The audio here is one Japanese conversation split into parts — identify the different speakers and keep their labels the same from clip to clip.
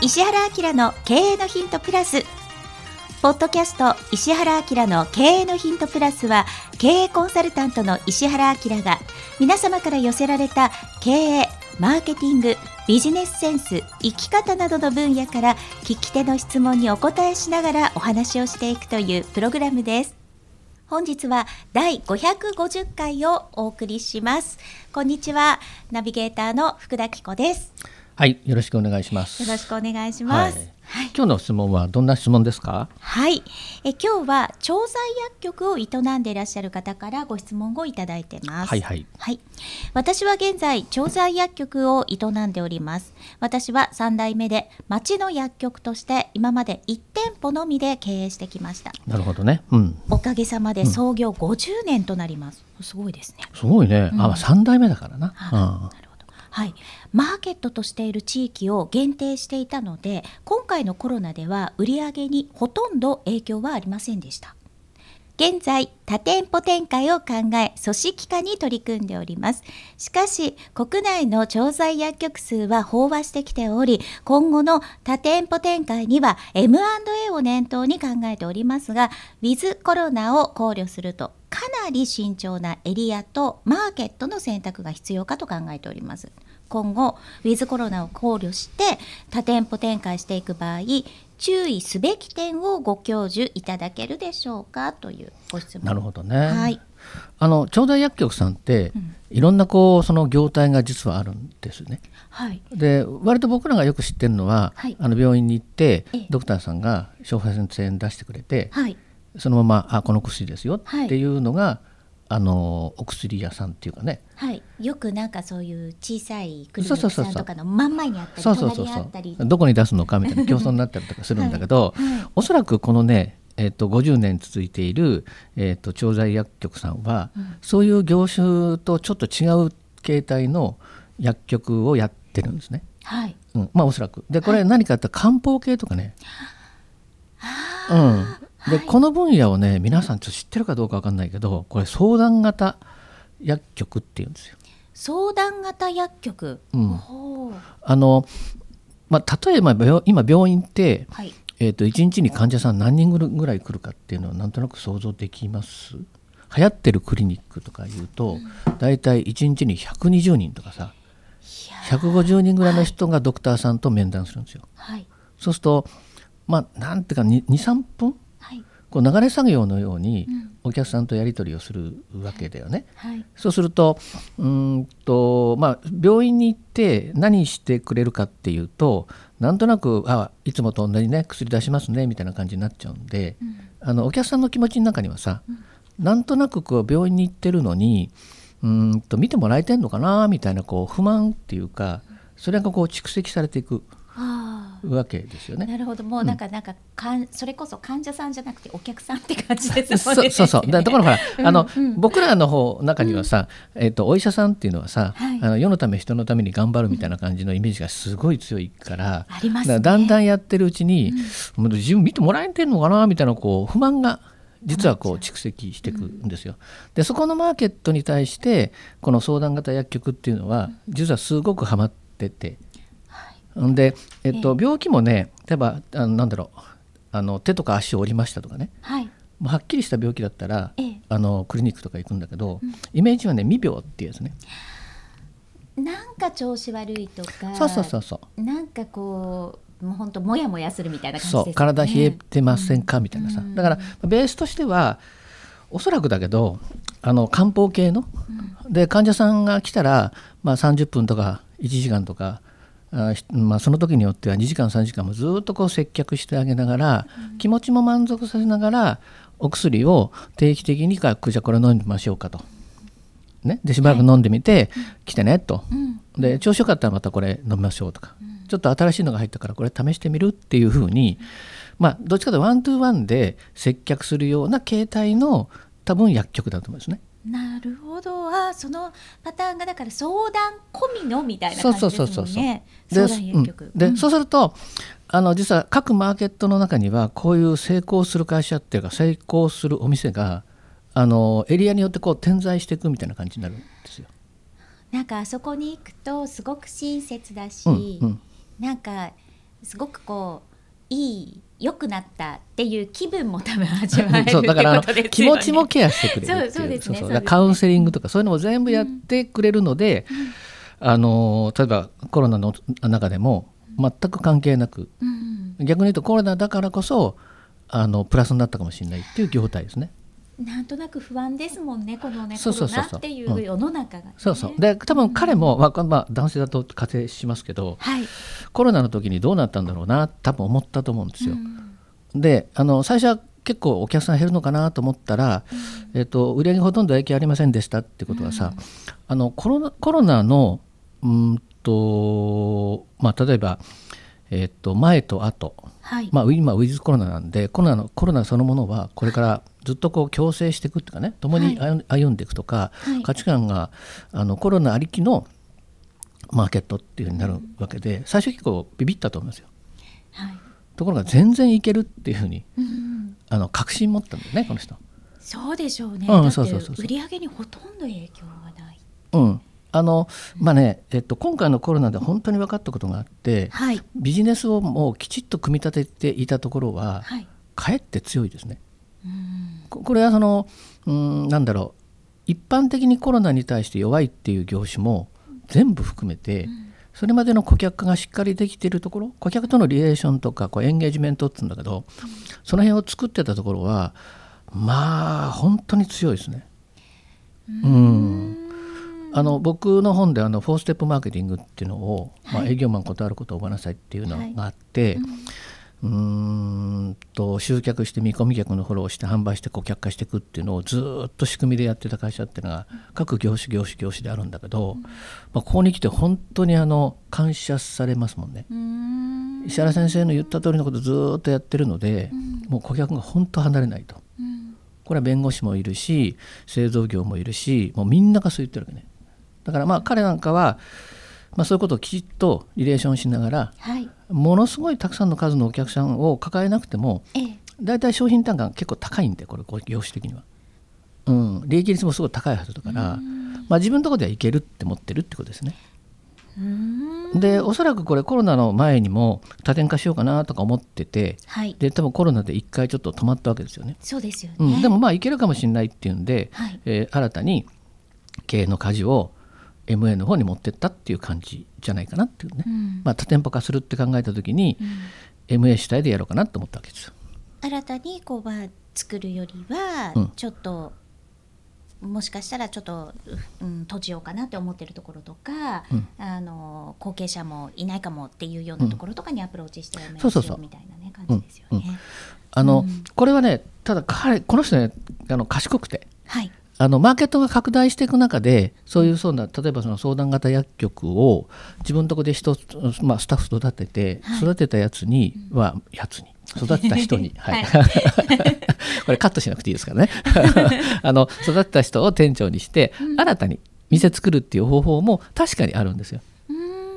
Speaker 1: 石原明の経営のヒントプラスポッドキャスト石原明の経営のヒントプラスは経営コンサルタントの石原明が皆様から寄せられた経営マーケティングビジネスセンス生き方などの分野から聞き手の質問にお答えしながらお話をしていくというプログラムです本日は第550回をお送りしますこんにちはナビゲーターの福田紀子です
Speaker 2: はい、よろしくお願いします。
Speaker 1: よろしくお願いします。
Speaker 2: はい。今日の質問はどんな質問ですか。
Speaker 1: はい、え今日は調剤薬局を営んでいらっしゃる方からご質問をいただいてます。
Speaker 2: はいはい
Speaker 1: はい。私は現在調剤薬局を営んでおります。私は三代目で町の薬局として今まで一店舗のみで経営してきました。
Speaker 2: なるほどね。うん。
Speaker 1: おかげさまで創業50年となります。すごいですね。
Speaker 2: すごいね。
Speaker 1: うん
Speaker 2: あ、三代目だからな。
Speaker 1: あなるほどはい、マーケットとしている地域を限定していたので今回のコロナでは売り上げにほとんど影響はありませんでした現在多店舗展開を考え組織化に取り組んでおりますしかし国内の調剤薬局数は飽和してきており今後の多店舗展開には M&A を念頭に考えておりますがウィズコロナを考慮するとかなり慎重なエリアとマーケットの選択が必要かと考えております今後ウィズコロナを考慮して多店舗展開していく場合注意すべき点をご教授いただけるでしょうかというご質
Speaker 2: うん
Speaker 1: 問
Speaker 2: なるほどね。
Speaker 1: はい。
Speaker 2: あの調剤薬局さんって、いろんなこうその業態が実はあるんですね。
Speaker 1: はい
Speaker 2: で割と僕らがよく知ってるのは、
Speaker 1: はい
Speaker 2: あの病院に行って
Speaker 1: ええ
Speaker 2: ドクターさんが処方箋出してくれて、
Speaker 1: はい
Speaker 2: そのままあこの薬ですよ
Speaker 1: はい
Speaker 2: っていうのが、あのお薬屋さんっていうかね、
Speaker 1: はい、よくなんかそういう小さいクリニ
Speaker 2: そう
Speaker 1: ック
Speaker 2: そう
Speaker 1: さ
Speaker 2: そうんそう
Speaker 1: とかの真ん前にあったり
Speaker 2: そうそうそう
Speaker 1: 隣に
Speaker 2: そ
Speaker 1: あったり
Speaker 2: うどこに出すのかみたいな競争になったりとかするんだけど、
Speaker 1: はいはい
Speaker 2: おそらくこのね、えっと50年続いている、えっと調剤薬局さんは、そういう業種とちょっと違う形態の薬局をやってるんですね。
Speaker 1: はい
Speaker 2: うん、まあおそらくでこれ何かって漢方系とかね、うん、でこの分野をね皆さんちょっと知ってるかどうかわかんないけどこれ相談型薬局っていうんですよ。
Speaker 1: 相談型薬局、
Speaker 2: うん
Speaker 1: ほう
Speaker 2: あのまあ、例えば病今病院って、
Speaker 1: はい
Speaker 2: えー、と1日に患者さん何人ぐらい来るかっていうのはなんとなく想像できます流行ってるクリニックとかいうと大体1日に120人とかさ150人ぐらいの人がドクターさんと面談するんですよ。
Speaker 1: はい
Speaker 2: そうするとまあなんていうか23分
Speaker 1: はい
Speaker 2: こう流れ作業のようにお客さんとやり取りをするわけだよね。
Speaker 1: はい
Speaker 2: そうするとうーんと、まあ、病院に行って何してくれるかっていうとなんとなくあいつもと同じね薬出しますねみたいな感じになっちゃうんで、あのお客さんの気持ちの中にはさ、なんとなくこう病院に行ってるのにうーんと見てもらえてんのかなみたいなこう不満っていうかそれがこう蓄積されていく
Speaker 1: あ
Speaker 2: わけですよ
Speaker 1: あ
Speaker 2: ね。
Speaker 1: なるほどもうなんか、なんかかんそれこそ患者さんじゃなくてお客さんって感じですもん
Speaker 2: そ
Speaker 1: ね
Speaker 2: うそう そうだだからほら、
Speaker 1: うん
Speaker 2: あの
Speaker 1: うん
Speaker 2: 僕らの方中にはさ、えっとお医者さんっていうのはさ、
Speaker 1: はい
Speaker 2: あの世のため人のために頑張るみたいな感じのイメージがすごい強いから,、
Speaker 1: ありますね
Speaker 2: だんだんやってるうちに、もう自分見てもらえてんのかなみたいなこう不満が実はこう蓄積していくんですよ。でそこのマーケットに対してこの相談型薬局っていうのは実はすごくハマってて。んで、えっと、病気もね例えばあのなんだろうあの手とか足を折りましたとかね
Speaker 1: はい
Speaker 2: まあはっきりした病気だったら、
Speaker 1: ええ
Speaker 2: あのクリニックとか行くんだけど、イメージはね未病っていうやつね
Speaker 1: なんか調子悪いとか
Speaker 2: そうそうそうそう
Speaker 1: なんかこうもう本当もやもやするみたいな感じです
Speaker 2: そ
Speaker 1: よ
Speaker 2: う、
Speaker 1: ね
Speaker 2: 体冷えてませんかみたいなさ、
Speaker 1: うん
Speaker 2: だからベースとしてはおそらくだけどあの漢方系の、で患者さんが来たら、まあ、30分とか1時間とかあひまあ、その時によっては2時間3時間もずっとこう接客してあげながら、気持ちも満足させながらお薬を定期的にかじゃあこれ飲んでみましょうかと。ね、でしばらく飲んでみて、来てねと、で調子よかったらまたこれ飲みましょうとか、ちょっと新しいのが入ったからこれ試してみるっていうふうに、まあどっちかというとワントゥーワンで接客するような形態の多分薬局だと思うんですね。
Speaker 1: なるほどあそのパターンがだから相談込みのみたいな
Speaker 2: そう
Speaker 1: 感じ
Speaker 2: そ
Speaker 1: で
Speaker 2: うそう
Speaker 1: す
Speaker 2: そ
Speaker 1: も
Speaker 2: う
Speaker 1: ね
Speaker 2: んそうで
Speaker 1: 相談薬
Speaker 2: う
Speaker 1: 局
Speaker 2: んで
Speaker 1: うん
Speaker 2: そうするとあの実は各マーケットの中にはこういう成功する会社っていうか成功するお店があのエリアによってこう点在していくみたいな感じになるんですよ。
Speaker 1: なんかあそこに行くとすごく親切だし、
Speaker 2: うんうん
Speaker 1: なんかすごくこういい良くなったっていう気分も多分 味わえる
Speaker 2: そうだからあの
Speaker 1: ってことですよね
Speaker 2: 気持ちもケアしてくれるって
Speaker 1: そうそう
Speaker 2: い
Speaker 1: で
Speaker 2: う
Speaker 1: すね
Speaker 2: そ
Speaker 1: そうですね
Speaker 2: うそうだからカウンセリングとかそういうのも全部やってくれるので、あの例えばコロナの中でも全く関係なく
Speaker 1: うん
Speaker 2: 逆に言うとコロナだからこそあのプラスになったかもしれないっていう業態ですね。
Speaker 1: なんとなく不安ですもんねこのね
Speaker 2: そうそうそうそ
Speaker 1: コロナ
Speaker 2: う
Speaker 1: っていう世の中がね、
Speaker 2: そうそうで多分彼も、まあまあ、男性だと仮定しますけど
Speaker 1: はい、
Speaker 2: コロナの時にどうなったんだろうな多分思ったと思うんですよ。
Speaker 1: うん
Speaker 2: であの最初は結構お客さん減るのかなと思ったら、えっと売り上げほとんど影響ありませんでしたってことはさ、あのコロナコロナのうーんと、まあ、例えば、えっと前と後、
Speaker 1: はい、
Speaker 2: まあ、ウィ今ウィズコロナなんでコロナのコロナそのものはこれからずっとこう共生していくっていうかね共に歩,、歩んでいくとか、
Speaker 1: はい
Speaker 2: 価値観があのコロナありきのマーケットっていうふうになるわけで最初結構ビビったと思いますよ。
Speaker 1: はい
Speaker 2: ところが全然いけるっていうふうに
Speaker 1: うん、
Speaker 2: あの確信持ったんだよねこの人。
Speaker 1: そうでしょうね、
Speaker 2: うん
Speaker 1: だって
Speaker 2: そうそうそうそう
Speaker 1: 売り上げにほとんど影響がない
Speaker 2: うん、あのまあね、えっと、今回のコロナで本当に分かったことがあって、
Speaker 1: はい
Speaker 2: ビジネスをもうきちっと組み立てていたところは、
Speaker 1: はい
Speaker 2: かえって強いですね。
Speaker 1: うん
Speaker 2: ここれはそのうんなんだろう一般的にコロナに対して弱いっていう業種も全部含めて、それまでの顧客がしっかりできているところ顧客とのリレーションとかこうエンゲージメントっていうんだけど、その辺を作ってたところはまあ本当に強いですね。うんあの僕の本であの「4ステップマーケティング」っていうのを、まあ、営業マン断ることを覚えなさいっていうのがあって、うーんと集客して見込み客のフォローして販売して顧客化していくっていうのをずーっと仕組みでやってた会社っていうのが各業種業種業種であるんだけど、まあ、ここに来て本当にあの感謝されますもんね。
Speaker 1: うん
Speaker 2: 石原先生の言った通りのことずーっとやってるので、もう顧客が本当離れないと。
Speaker 1: うん
Speaker 2: これは弁護士もいるし製造業もいるしもうみんながそう言ってるわけねだからまあ彼なんかは、まあ、そういうことをきちっとリレーションしながら
Speaker 1: はい
Speaker 2: ものすごいたくさんの数のお客さんを抱えなくても
Speaker 1: ええ
Speaker 2: だいたい商品単価が結構高いんでこれこう業種的には、うん、利益率もすごい高いはずだから、まあ、自分のところではいけるって持ってるってことですね
Speaker 1: うん
Speaker 2: でおそらくこれコロナの前にも多点化しようかなとか思ってて
Speaker 1: はい
Speaker 2: で多分コロナで一回ちょっと止まったわけですよね
Speaker 1: そうですよね、
Speaker 2: うん、でもまあいけるかもしれないっていうんで、
Speaker 1: はい
Speaker 2: えー新たに経営の舵を MA の方に持ってったっていう感じじゃないかなっていうね、
Speaker 1: うん
Speaker 2: まあ、多店舗化するって考えた時に、MA 主体でやろうかなと思ったわけですよ。
Speaker 1: 新たにこうは作るよりは
Speaker 2: うん
Speaker 1: ちょっと、もしかしたらちょっと、うん、閉じようかなって思ってるところとか、
Speaker 2: うん
Speaker 1: あの後継者もいないかもっていうようなところとかにアプローチしてやめ
Speaker 2: そ
Speaker 1: ま
Speaker 2: う
Speaker 1: し
Speaker 2: そう
Speaker 1: ょ
Speaker 2: そう
Speaker 1: うみたいなね感じですよね。
Speaker 2: うんあのこれはねただ彼この人ねあの賢くて
Speaker 1: はい、
Speaker 2: あのマーケットが拡大していく中でそういうそうな例えばその相談型薬局を自分のとこで一つ、まあ、スタッフ育てて、
Speaker 1: はい
Speaker 2: 育てたやつには、やつに育てた 人に、はい、 これカットしなくていいですからね あの育てた人を店長にして、新たに店作るっていう方法も確かにあるんですよ。
Speaker 1: うーん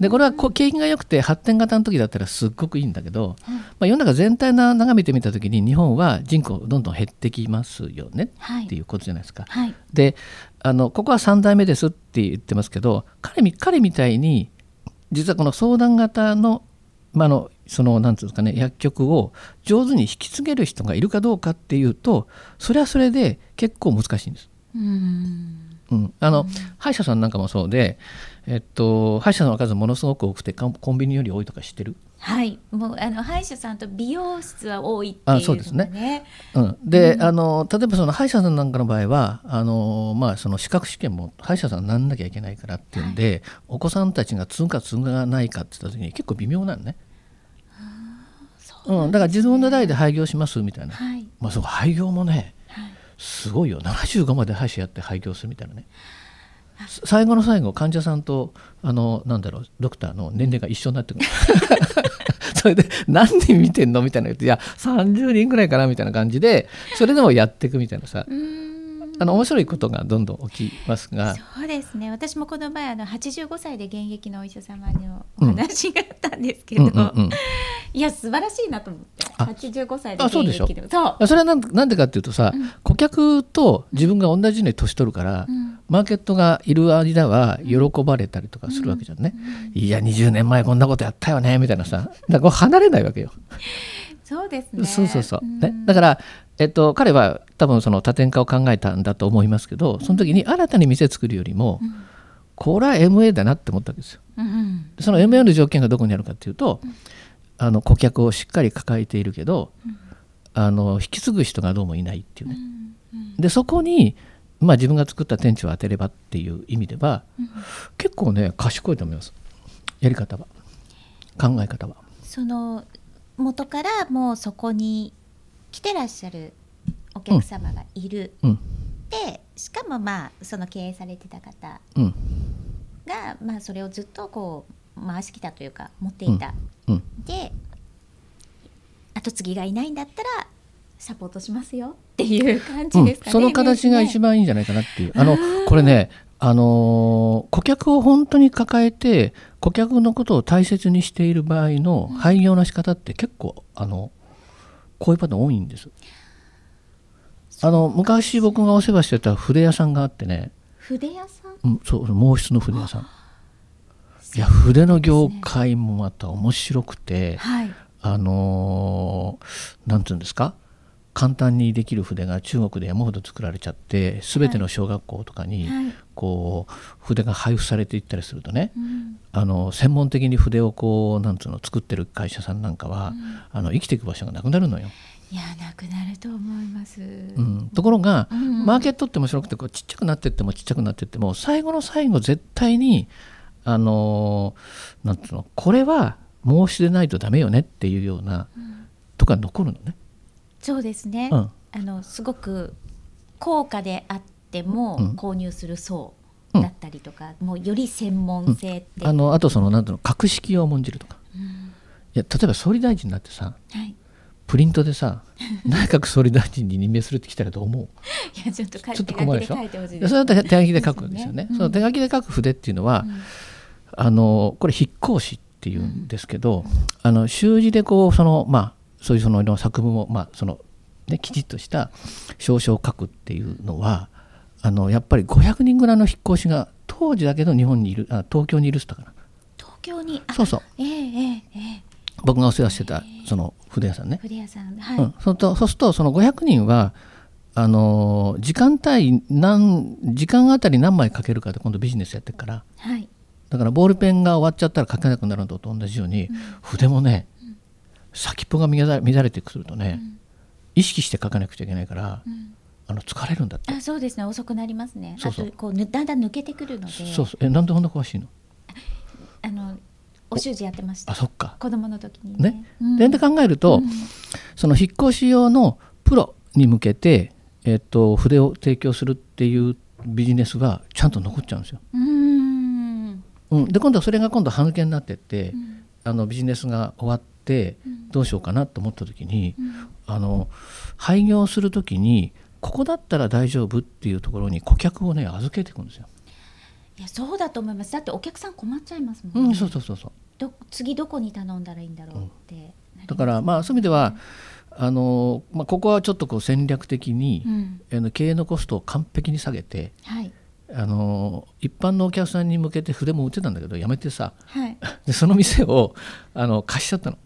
Speaker 2: でこれはこう景気が良くて発展型の時だったらすっごくいいんだけど、まあ、世の中全体な眺めてみた時に日本は人口どんどん減ってきますよね
Speaker 1: はい
Speaker 2: っていうことじゃないですか。
Speaker 1: はい
Speaker 2: であのここは3代目ですって言ってますけど彼み彼みたいに実はこの相談型の,、まあ、あのそのなんていうんですかね薬局を上手に引き継げる人がいるかどうかっていうとそれはそれで結構難しいんです。
Speaker 1: うーん
Speaker 2: うん、あの歯医者さんなんかもそうで、えっと、歯医者さんの数ものすごく多くてコンコンビニより多いとか知ってる、
Speaker 1: はいもうあの歯医者さんと美容室は多いっていうのが
Speaker 2: あ
Speaker 1: ね
Speaker 2: そうですねうん、で、あの例えばその歯医者さんなんかの場合はあの、まあ、その資格試験も歯医者さんになんなきゃいけないからっていうんで、お子さんたちが継ぐか継がないかって言った時に結構微妙なのね。うん、だから自分の代で廃業しますみたいな、
Speaker 1: はい
Speaker 2: まあ、そう廃業もね
Speaker 1: はい
Speaker 2: すごいよ75まで歯医者やって廃業するみたいなねさ最後の最後患者さんとあのなんだろうドクターの年齢が一緒になっ てくるそれで何人見てんのみたいな言っていや30人ぐらいかなみたいな感じでそれでもやっていくみたいなさ
Speaker 1: うーん
Speaker 2: あの面白いことがどんどん起きますが、
Speaker 1: そうですね私もこの前あの85歳で現役のお医者様のお話があったんですけ
Speaker 2: うん
Speaker 1: ど、
Speaker 2: うんうん、
Speaker 1: いや素晴らしいなと思って
Speaker 2: あ
Speaker 1: 85歳で
Speaker 2: あ
Speaker 1: 現
Speaker 2: そうでしょ
Speaker 1: 役のそう
Speaker 2: あそれはなんなんでかっていうとさ、顧客と自分が同じように年取るから、マーケットがいる間は喜ばれたりとかするわけじゃんね、いや20年前こんなことやったよねみたいなさだからこう離れないわけよ、
Speaker 1: そうですね
Speaker 2: そうそうそう、ね
Speaker 1: ん、
Speaker 2: だから、えっと、彼は多分その多点化を考えたんだと思いますけどその時に新たに店作るよりも、これは MA だなって思ったわけですよ
Speaker 1: うんうん
Speaker 2: その MA の条件がどこにあるかっていうと、あの顧客をしっかり抱えているけど、あの引き継ぐ人がどうもいないっていうね、でそこに、まあ、自分が作った店地を当てればっていう意味では、結構ね賢いと思いますやり方は考え方は。
Speaker 3: その
Speaker 1: 元からもうそこに来てらっしゃるお客様がいる、
Speaker 2: うん
Speaker 1: でしかもまあその経営されてた方
Speaker 2: うん
Speaker 1: が、まあ、それをずっとこう回してきたというか持っていた、
Speaker 2: うん
Speaker 1: で後継ぎがいないんだったらサポートしますよっていう感じですかね、
Speaker 2: その形が一番いいんじゃないかなっていう、あのこれね、あのー顧客を本当に抱えて顧客のことを大切にしている場合の廃業の仕方って結構あのこういうパターン多いんです。あの昔僕がお世話してた筆屋さんがあってね、
Speaker 1: 筆屋さん
Speaker 2: うん、そう毛筆の筆屋さん。いや筆の業界もまた面白くて、
Speaker 1: はい
Speaker 2: あのーなんていうんですか簡単にできる筆が中国で山ほど作られちゃって全ての小学校とかに
Speaker 1: はい
Speaker 2: こう筆が配布されていったりするとね、あの専門的に筆をこうなんつうの作ってる会社さんなんかは、あの生きていく場所がなくなるのよ。
Speaker 1: いやなくなると思います、
Speaker 2: うん、ところが、マーケットって面白くてこうちっちゃくなってってもちっちゃくなってっても最後の最後絶対にあのーなんつうのこれは申し出ないとダメよねっていうような、とか残るのね。
Speaker 1: そうですね、
Speaker 2: うん
Speaker 1: あのすごく高価であっても
Speaker 2: うん
Speaker 1: 購入する層
Speaker 2: うん
Speaker 1: だったりとか、もうより専門性って、
Speaker 2: あのあとそのなんていうの格式を重んじるとか、いや例えば総理大臣になってさ
Speaker 1: はい、い
Speaker 2: プリントで さ内閣総理大臣に任命するってきたらどう思う
Speaker 1: やちょっと書い
Speaker 2: ちょっと
Speaker 1: 手
Speaker 2: 困
Speaker 1: 書
Speaker 2: る
Speaker 1: きで
Speaker 2: でしょ
Speaker 1: 書いてほしい
Speaker 2: で
Speaker 1: です
Speaker 2: それは手手書きで書くんですよね
Speaker 1: ですねうん
Speaker 2: その手書きで書く筆っていうのは、あのこれ筆行詞っていうんですけど、あの習字でこうそのまあそういうそのいろんな作文をまあそのねきちっとした証書を書くっていうのはあのやっぱり500人ぐらいの筆行師が当時だけど日本にいるあ東京にいるっつったか
Speaker 1: 東京にあ
Speaker 2: なそうそう
Speaker 1: ええええええ
Speaker 2: 僕がお世話してたその筆屋さんね、
Speaker 1: 筆屋さんはい、
Speaker 2: うん、そうとそうするとその500人はあのー時間単位何時間あたり何枚書けるかって今度ビジネスやってるから
Speaker 1: はい
Speaker 2: だからボールペンが終わっちゃったら書けなくなるのと同じように、筆もね先っぽが乱れ乱れてくるとね、意識して書かなくちゃいけないから、あの疲れるんだって。
Speaker 1: あそうですね遅くなりますね
Speaker 2: そうそう
Speaker 1: あとこうぬだんだん抜けてくるので
Speaker 2: そうそうえなんでこんな詳しいの
Speaker 1: あのお習字やってました
Speaker 2: あそっか
Speaker 1: 子供の時にね
Speaker 2: ね。
Speaker 1: うん
Speaker 2: でで考えると、その引っ越し用のプロに向けて、えっと、筆を提供するっていうビジネスがちゃんと残っちゃうんですよ。
Speaker 1: うーん
Speaker 2: うん、で今度はそれが今度歯抜けになってって、あのビジネスが終わってどうしようかなと思った時に、あの廃業する時にここだったら大丈夫っていうところに顧客をね預けていくんですよ。
Speaker 1: いやそうだと思いますだってお客さん困っちゃいますもん
Speaker 2: う
Speaker 1: ね、
Speaker 2: ん、そうそうそうそう
Speaker 1: ど次どこに頼んだらいいんだろうってなります、
Speaker 2: だからまあそういう意味ではあの、まあ、ここはちょっとこう戦略的に、
Speaker 1: うん
Speaker 2: あの経営のコストを完璧に下げて
Speaker 1: はい
Speaker 2: あの一般のお客さんに向けて筆も売ってたんだけどやめてさ
Speaker 1: はい
Speaker 2: でその店をあの貸しちゃったの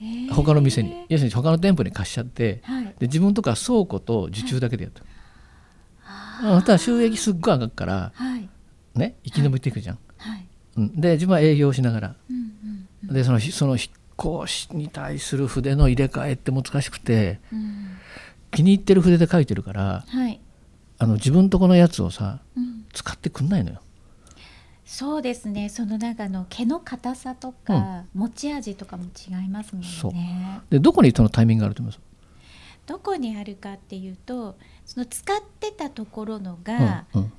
Speaker 1: えー
Speaker 2: 他の店に、要するに他の店舗に貸しちゃって、
Speaker 1: はい
Speaker 2: で自分とか倉庫と受注だけでやった、あなたは収益すっごい上がるから
Speaker 1: はい
Speaker 2: ね生き延びていくじゃん、
Speaker 1: はい
Speaker 2: うん、で自分は営業しながら
Speaker 1: うんうん
Speaker 2: でそのひその筆行士に対する筆の入れ替えって難しくて
Speaker 1: うん
Speaker 2: 気に入ってる筆で書いてるから
Speaker 1: はい
Speaker 2: あの自分とこのやつをさ
Speaker 1: うん
Speaker 2: 使ってくんないのよ
Speaker 1: そうですねそのなんかあの毛の硬さとか、持ち味とかも違いますも
Speaker 2: そうん
Speaker 1: ね
Speaker 2: でどこにそのタイミングがあると思います
Speaker 1: どこにあるかっていうとその使ってたところのが
Speaker 2: うんうん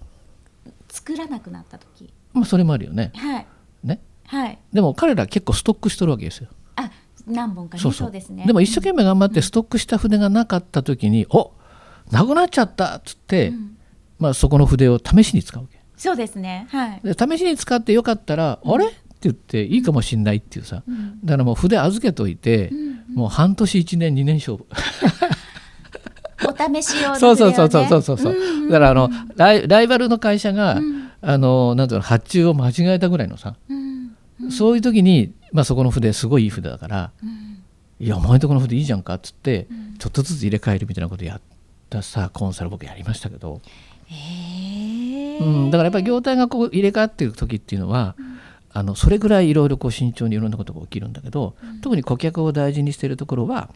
Speaker 1: 作らなくなった時、
Speaker 2: まあ、それもあるよね
Speaker 1: はい
Speaker 2: ね
Speaker 1: はい
Speaker 2: でも彼ら結構ストックしとるわけですよ
Speaker 1: あ何本かねそうですね
Speaker 2: でも一生懸命頑張ってストックした筆がなかった時に、おなくなっちゃったっつって、まあ、そこの筆を試しに使うわけ
Speaker 1: そうですねはい、
Speaker 2: で試しに使ってよかったら「あれ?」って言っていいかもしんないっていうさ、だからもう筆預けといて、もう半年1年2年勝負
Speaker 1: お試し用の、ね、
Speaker 2: そうそうそうそうそうそうそう、だからあのライライバルの会社が、あのなんだろうの発注を間違えたぐらいのさ、そういう時に、まあ、そこの筆すごいいい筆だから「いやお前んとこの筆いいじゃんか」っつって、ちょっとずつ入れ替えるみたいなことやったさコンサル僕やりましたけど、うん、だからやっぱり業態がこう入れ替わっていく時っていうのは、あのそれぐらいいろいろこう慎重にいろんなことが起きるんだけど、特に顧客を大事にしているところは、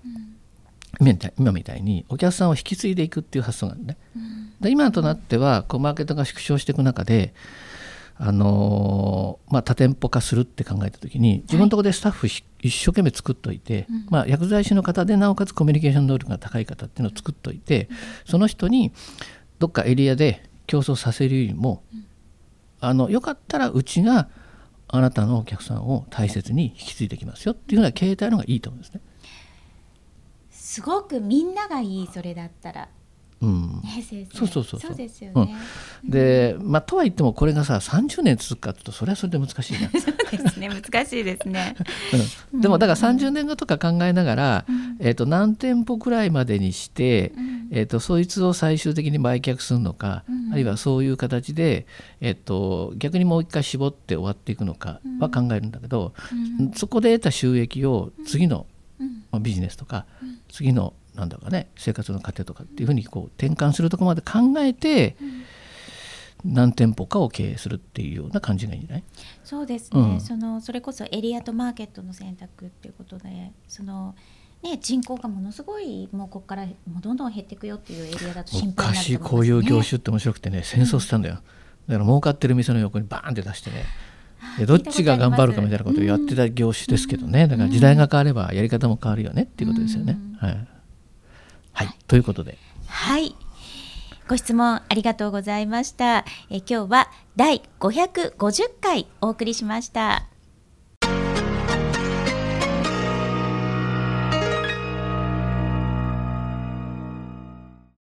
Speaker 2: 今みたい今みたいにお客さんを引き継いでいくっていう発想なんだね。で今となってはこうマーケットが縮小していく中で、あのーまあ、多店舗化するって考えた時に自分のところでスタッフひ一生懸命作っといて、まあ、薬剤師の方でなおかつコミュニケーション能力が高い方っていうのを作っといて、その人にどっかエリアで競争させるよりも、あのよかったらうちがあなたのお客さんを大切に引き継いできますよっていうような形態の方がいいと思うんですね。
Speaker 1: すごくみんながいいそれだったら
Speaker 2: うん
Speaker 1: ね先生
Speaker 2: そうそうそうそ
Speaker 1: そううですよね、
Speaker 2: でまあ、とはいってもこれがさ30年続くかっていうとそれはそれで難しいな、
Speaker 1: そうですね難しいですね
Speaker 2: うん、でもだから30年後とか考えながら、えー、と何店舗くらいまでにして、えー、とそいつを最終的に売却するのか、あるいはそういう形で、えー、と逆にもう一回絞って終わっていくのかは考えるんだけど、そこで得た収益を次の、まあビジネスとか、次のなんだろうかね生活の糧とかっていうふうにこう転換するとこまで考えて、何店舗かを経営するっていうような感じがいいんじゃない
Speaker 1: そうですね、
Speaker 2: うん
Speaker 1: そのそれこそエリアとマーケットの選択っていうことでそのね人口がものすごいもうここからもうどんどん減っていくよっていうエリアだと心配になる
Speaker 2: 昔
Speaker 1: と
Speaker 2: こ
Speaker 1: 思
Speaker 2: うい
Speaker 1: いうますね
Speaker 2: 業種って面白くてね戦争したんだよ、だから儲かってる店の横にバーンって出してねでどっちが頑張るかみたいなことをやってた業種ですけどね、だから時代が変わればやり方も変わるよねっていうことですよね、はい、はい、ということで
Speaker 1: はいご質問ありがとうございましたえ今日は第550回お送りしました